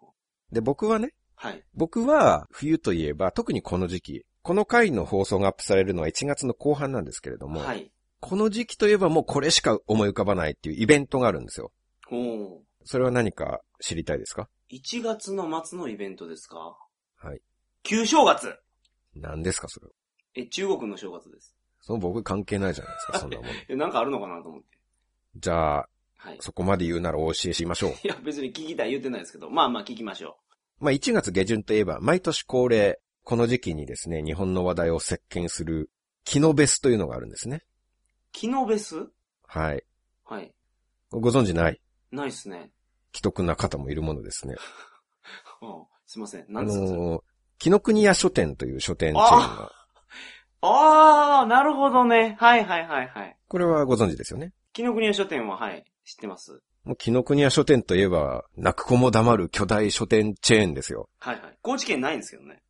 B: で、僕はね、
A: あ、はい。
B: 僕は冬といえば特にこの時期、この回の放送がアップされるのは1月の後半なんですけれども、
A: はい。
B: この時期といえばもうこれしか思い浮かばないっていうイベントがあるんですよ。
A: おお。
B: それは何か知りたいですか
A: 1月の末のイベントですか
B: はい。
A: 旧正月
B: 何ですかそれは。
A: え、中国の正月です。
B: その僕関係ないじゃないですか、そんなもの。
A: え、なんかあるのかなと思って。
B: じゃあ、
A: はい。
B: そこまで言うならお教えしましょう。
A: いや、別に聞きたい言ってないですけど、まあまあ聞きましょ
B: まあ、1月下旬といえば、毎年恒例、この時期にですね、日本の話題を席巻する、キノベスというのがあるんですね。
A: う。昨日ベス
B: はい。
A: はい。
B: ご存知ない、
A: ないっすね。
B: 既得な方もいるものですね。
A: うん。すいません。
B: あ
A: 何ですかそれ、
B: のー、紀ノ国屋書店という書店チェーンが、
A: あー、なるほどね。はいはいはいはい。
B: これはご存知ですよね。
A: 紀ノ国屋書店は、はい、知ってます。
B: もう紀ノ国屋書店といえば、泣く子も黙る巨大書店チェーンですよ。
A: はいはい。高知県ないんですけどね。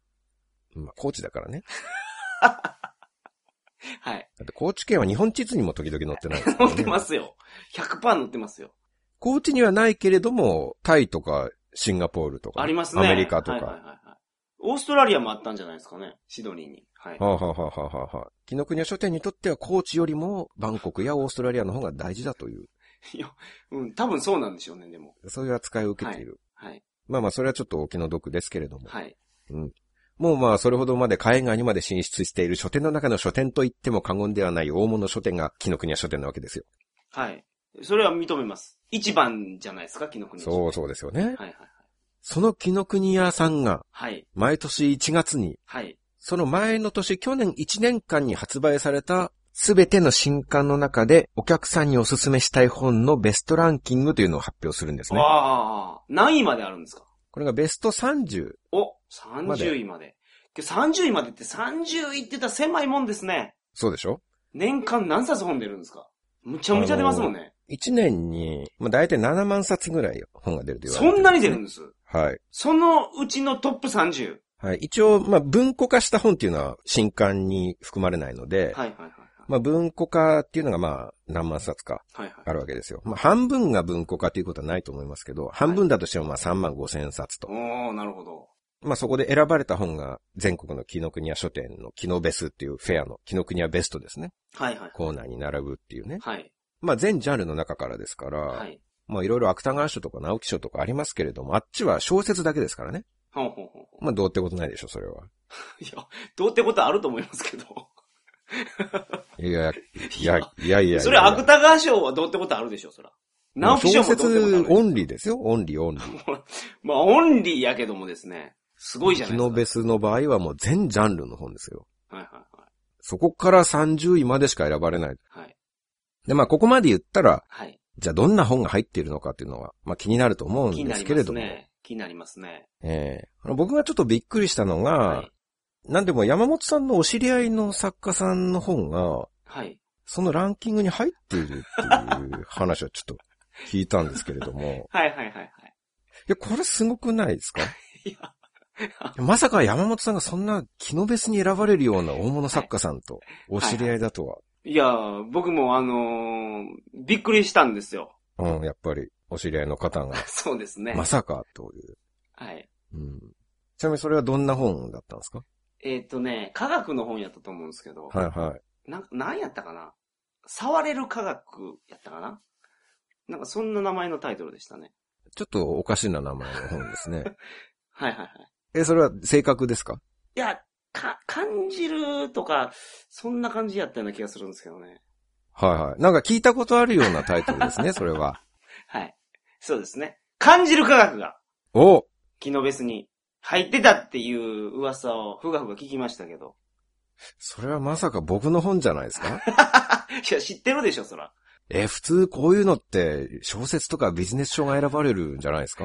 B: まあ、高知だからね。
A: はい。
B: だって高知県は日本地図にも時々載ってない、
A: [laughs] 乗ってますよ。100%乗ってますよ。
B: 高知にはないけれども、タイとかシンガポールとか、
A: ありますね。
B: アメリカとか、
A: はいはいはいはい。オーストラリアもあったんじゃないですかね。シドニーに。はい。
B: はあ、はあはあはあはあはあ、紀ノ国屋書店にとっては高知よりもバンコクやオーストラリアの方が大事だという、
A: いや、うん、多分そうなんでしょうね、でも。
B: そういう扱いを受けている。
A: はい。
B: まあまあ、それはちょっとお気の毒ですけれども。
A: はい。
B: もうまあ、それほどまで海外にまで進出している書店の中の書店と言っても過言ではない大物書店が紀ノ国屋書店なわけですよ。
A: はい。それは認めます。一番じゃないですか、紀ノ国屋書店
B: そうそうですよね。
A: はいはい
B: その紀ノ国屋さんが、
A: はい。はい。
B: 毎年1月に、
A: はい。
B: その前の年、去年1年間に発売された、すべての新刊の中で、お客さんにおすすめしたい本のベストランキングというのを発表するんですね。
A: ああ、何位まであるんですか
B: これがベスト30。
A: お、
B: まで
A: 30位まで。けど30位までって30位って言ったら狭いもんですね。
B: そうでしょ
A: 年間何冊本出るんですかむちゃむちゃ出ますもんね。
B: ?1 年に、まあ、大体7万冊ぐらい本が出ると言われ
A: そ
B: て
A: んなに出るんです。
B: はい。
A: そのうちのトップ30。
B: はい。一応、まあ、文庫化した本っていうのは新刊に含まれないので、
A: はいはいはいはい。
B: まあ、文庫化っていうのがまあ、何万冊か
A: はいはい。
B: あるわけですよ。まあ、半分が文庫化ということはないと思いますけど、半分だとしてもまあ、3万5千冊と。
A: おー、なるほど。
B: まあ、そこで選ばれた本が全国の紀ノ国屋書店の紀ノベスっていうフェアの紀ノ国屋ベストですね。
A: はいはい。
B: コーナーに並ぶっていうね。
A: はい。
B: まあ、全ジャンルの中からですから、
A: はい。
B: まあいろいろ芥川賞とか直木賞とかありますけれども、あっちは小説だけですからね。
A: ほんほんほんほ
B: まあどうってことないでしょ、それは。
A: ん。いや、どうってことあると思いますけど。
B: いや、いや、いやいやいや。
A: それ、芥川賞はどうってことあるでしょ、そら。何
B: 小
A: も撮ってもダメ
B: 説
A: です
B: オンリーですよ。オンリーオンリー。
A: まあ、オンリーやけどもですね。すごいじゃな
B: キ
A: いです
B: ノ
A: か。
B: ベスの場合はもう全ジャンルの本ですよ。
A: はいはいは
B: そこから30位までしか選ばれない。
A: い。はい。
B: で、まあ、ここまで言ったら、
A: はい。
B: じゃあどんな本が入っているのかっていうのは、まあ気になると思う
A: 気に
B: んで
A: な
B: す
A: り
B: け
A: ま
B: れ
A: す
B: ども、
A: ね。気になりますね。
B: ええあの僕がちょっとびっくりしたのが、
A: はい。
B: なんでも山本さんのお知り合いの作家さんの本が、
A: はい。
B: そのランキングに入っているっていう話はちょっと聞いたんですけれ
A: [laughs]
B: ども、
A: はいはいはいはい。
B: いや、これすごくないですか
A: [laughs] いや、
B: まさか山本さんがそんな気の別に選ばれるような大物作家さんとお知り合いだとは。
A: いやー、僕もあのー、びっくりしたんです
B: [laughs]
A: よ。
B: うん、やっぱりお知り合いの方が、
A: そうですね。
B: まさかという。
A: はい。
B: うん、ちなみにそれはどんな本だったんですか
A: えーっ、とね、科学の本やったと思うんですけど、
B: はいはい。
A: なんか、なんやったかな触れる科学やったかななんかそんな名前のタイトルでしたね。
B: ちょっとおかしな名前の本ですね。 [laughs]
A: はいはいはい。
B: え、それは正確ですか
A: いや、か、感じるとか、そんな感じやったような気がするんですけどね。
B: はいはい。なんか聞いたことあるようなタイトルです
A: [laughs]
B: ね、それは。
A: はい。そうですね。感じる科学が、
B: お
A: キノベスに入ってたっていう噂を、ふがふが聞きましたけど。 [laughs]
B: それはまさか僕の本じゃないですか
A: いや、知ってるでしょ、そら。
B: え、普通こういうのって小説とかビジネス書が選ばれるんじゃないですか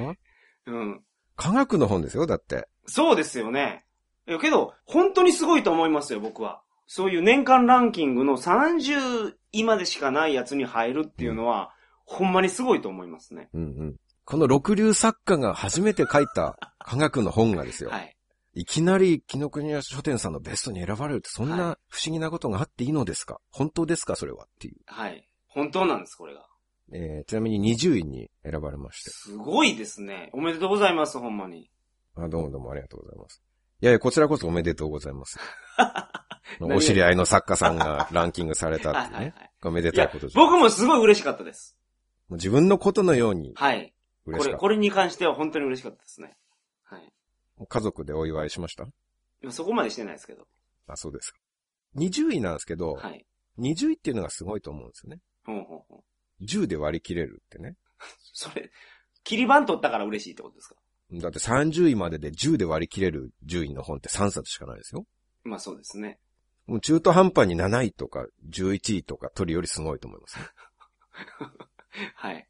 A: うん。
B: 科学の本ですよ、だって。
A: そうですよね。いやけど、本当にすごいと思いますよ、僕は。そういう年間ランキングの30位までしかないやつに入るっていうのは、ほんまにすごいと思いますね。
B: うんうん。この六流作家が初めて書い
A: [laughs]
B: た科学の本がですよ。
A: はい。
B: いきなり、木の国屋書店さんのベストに選ばれるって、そんな不思議なことがあっていいのですか、本当ですかそれはっていう。
A: はい。本当なんです、これが。
B: えー、ちなみに20位に選ばれまして。
A: すごいですね。おめでとうございます、ほんまに。
B: あ、どうもどうもありがとうございます。いやいや、こちらこそおめでとうございます。
A: [laughs] 何
B: お知り合いの作家さん
A: [laughs]
B: がランキングされたって
A: はい
B: いう
A: はい
B: ね
A: は。
B: おめで
A: い
B: たい
A: や
B: ことじ、ゃん。も
A: 僕もすごい嬉しかったです。
B: う自分のことのように
A: はい。
B: 嬉
A: こ
B: しか
A: れ、
B: った。
A: これに関しては本当に嬉しかったですね。はい。
B: 家族でお祝いしました
A: いやそこまでしてないですけど。
B: あ、そうですか。20位なんですけど、
A: はい。
B: 20位っていうのがすごいと思うんですよね。
A: ほんほんほん。
B: 10で割り切れるってね。
A: それ、切り板取ったから嬉しいってことですか
B: だって30位までで10で割り切れる10位の本って3冊しかないですよ。
A: まあそうですね。
B: もう中途半端に7位とか11位とか取るよりすごいと思いますね。
A: はい。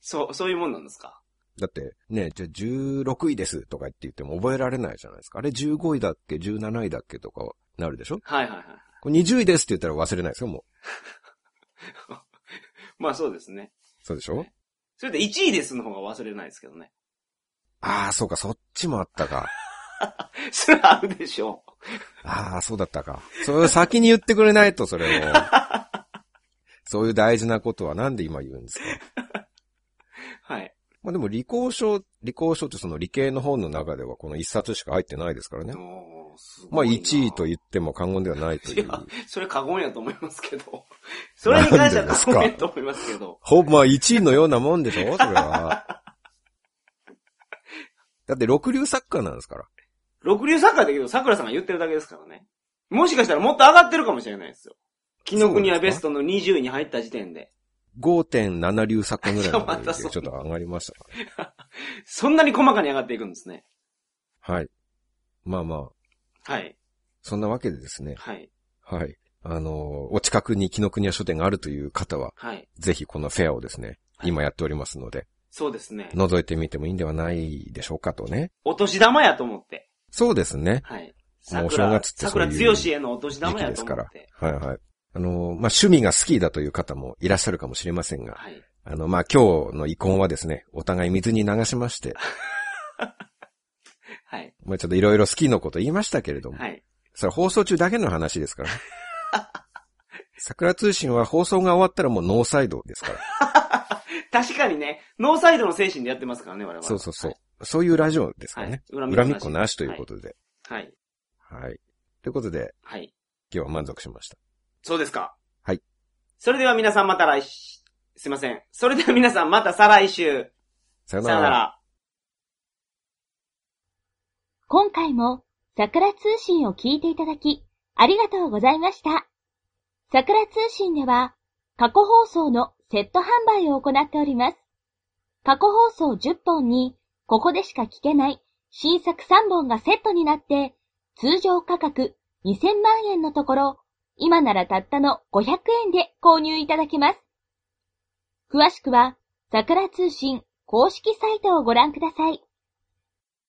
A: そう、そういうもんなんですか
B: だってね、じゃあ16位ですとか言って言っても覚えられないじゃないですか。あれ15位だっけ ?17 位だっけとかなるでしょ
A: はいはいはい。
B: これ20位ですって言ったら忘れないですよ、もう。
A: まあそうですね。
B: そうでしょ
A: それで1位ですの方が忘れないですけどね。
B: ああ、そうか、そっちもあったか。
A: それあるでしょ
B: ああ、そうだったか。それを先に言ってくれないと、それ
A: [laughs]
B: を。そういう大事なことはなんで今言うんですか
A: う。はい。
B: まあでも、理工書、理工書ってその理系の本の中ではこの一冊しか入ってないですからね。
A: おーす
B: ま
A: ご
B: あ
A: いな
B: 1位と言っても過言ではないとい。
A: いうやそれ過言やと思いますけど。それに関しては過言
B: なんで
A: や
B: です
A: と思いますけど。
B: ほぼ、まあ1位のようなもんでしょそれは。だって六流作家なんですから。
A: 六流サッカーだけど、桜さんが言ってるだけですからね。もしかしたらもっと上がってるかもしれないですよ。キノ国はベストの20位に入った時点で。
B: 5.7流作家ぐらい
A: いや
B: ま
A: [laughs] ま
B: で
A: た
B: ちょ
A: そ
B: っ
A: う
B: と上がりましたから
A: そんなに細かに上がっていくんですね。
B: はい。まあまあ、
A: はい。
B: そんなわけでですね。
A: はい。
B: はい。あの、お近くに紀ノ国屋書店があるという方は、
A: はい。
B: ぜひこのフェアをですね、今やっておりますので、
A: そうですね。
B: 覗いてみてもいいんではないでしょうかとね。
A: お年玉やと思って。
B: そうですね。
A: はい。
B: もうお
A: 桜、
B: 正月ってそうい
A: 桜
B: う
A: 強しへのお年
B: 時
A: 玉
B: 期
A: や
B: で
A: と
B: す
A: 思
B: か
A: っ
B: ら。
A: て。
B: はいはい。あの、まあ、趣味が好きだという方もいらっしゃるかもしれませんが、
A: はい。
B: あの、まあ、今日の遺恨はですね、お互い水に流し
A: [laughs]
B: まして、
A: はい。
B: まあ、ちょっといろいろ好きのこと言いましたけれども、
A: はい。
B: それは放送中だけの話です
A: [laughs]
B: からね。桜通信は放送が終わったらもうノーサイド
A: [laughs]
B: ですから。
A: 確かにね、ノーサイドの精神でやってますからね、我々。
B: そうそうそう。そういうラジオですか
A: はい。
B: らね。
A: 恨。
B: 恨みっこなしということとで。
A: はい。
B: はい。ということで、
A: はい。
B: 今日は満足しました。
A: そうですか。
B: はい。
A: それでは皆さんまた来週。すいません。それでは皆さんまた再来週。
B: さよ
A: さよなら。
C: 今回も桜通信を聞いていただき、ありがとうございました。桜通信では、過去放送のセット販売を行っております。過去放送10本に、ここでしか聞けない新作3本がセットになって、通常価格2000万円のところ、今ならたったの500円で購入いただけます。詳しくは、桜通信公式サイトをご覧ください。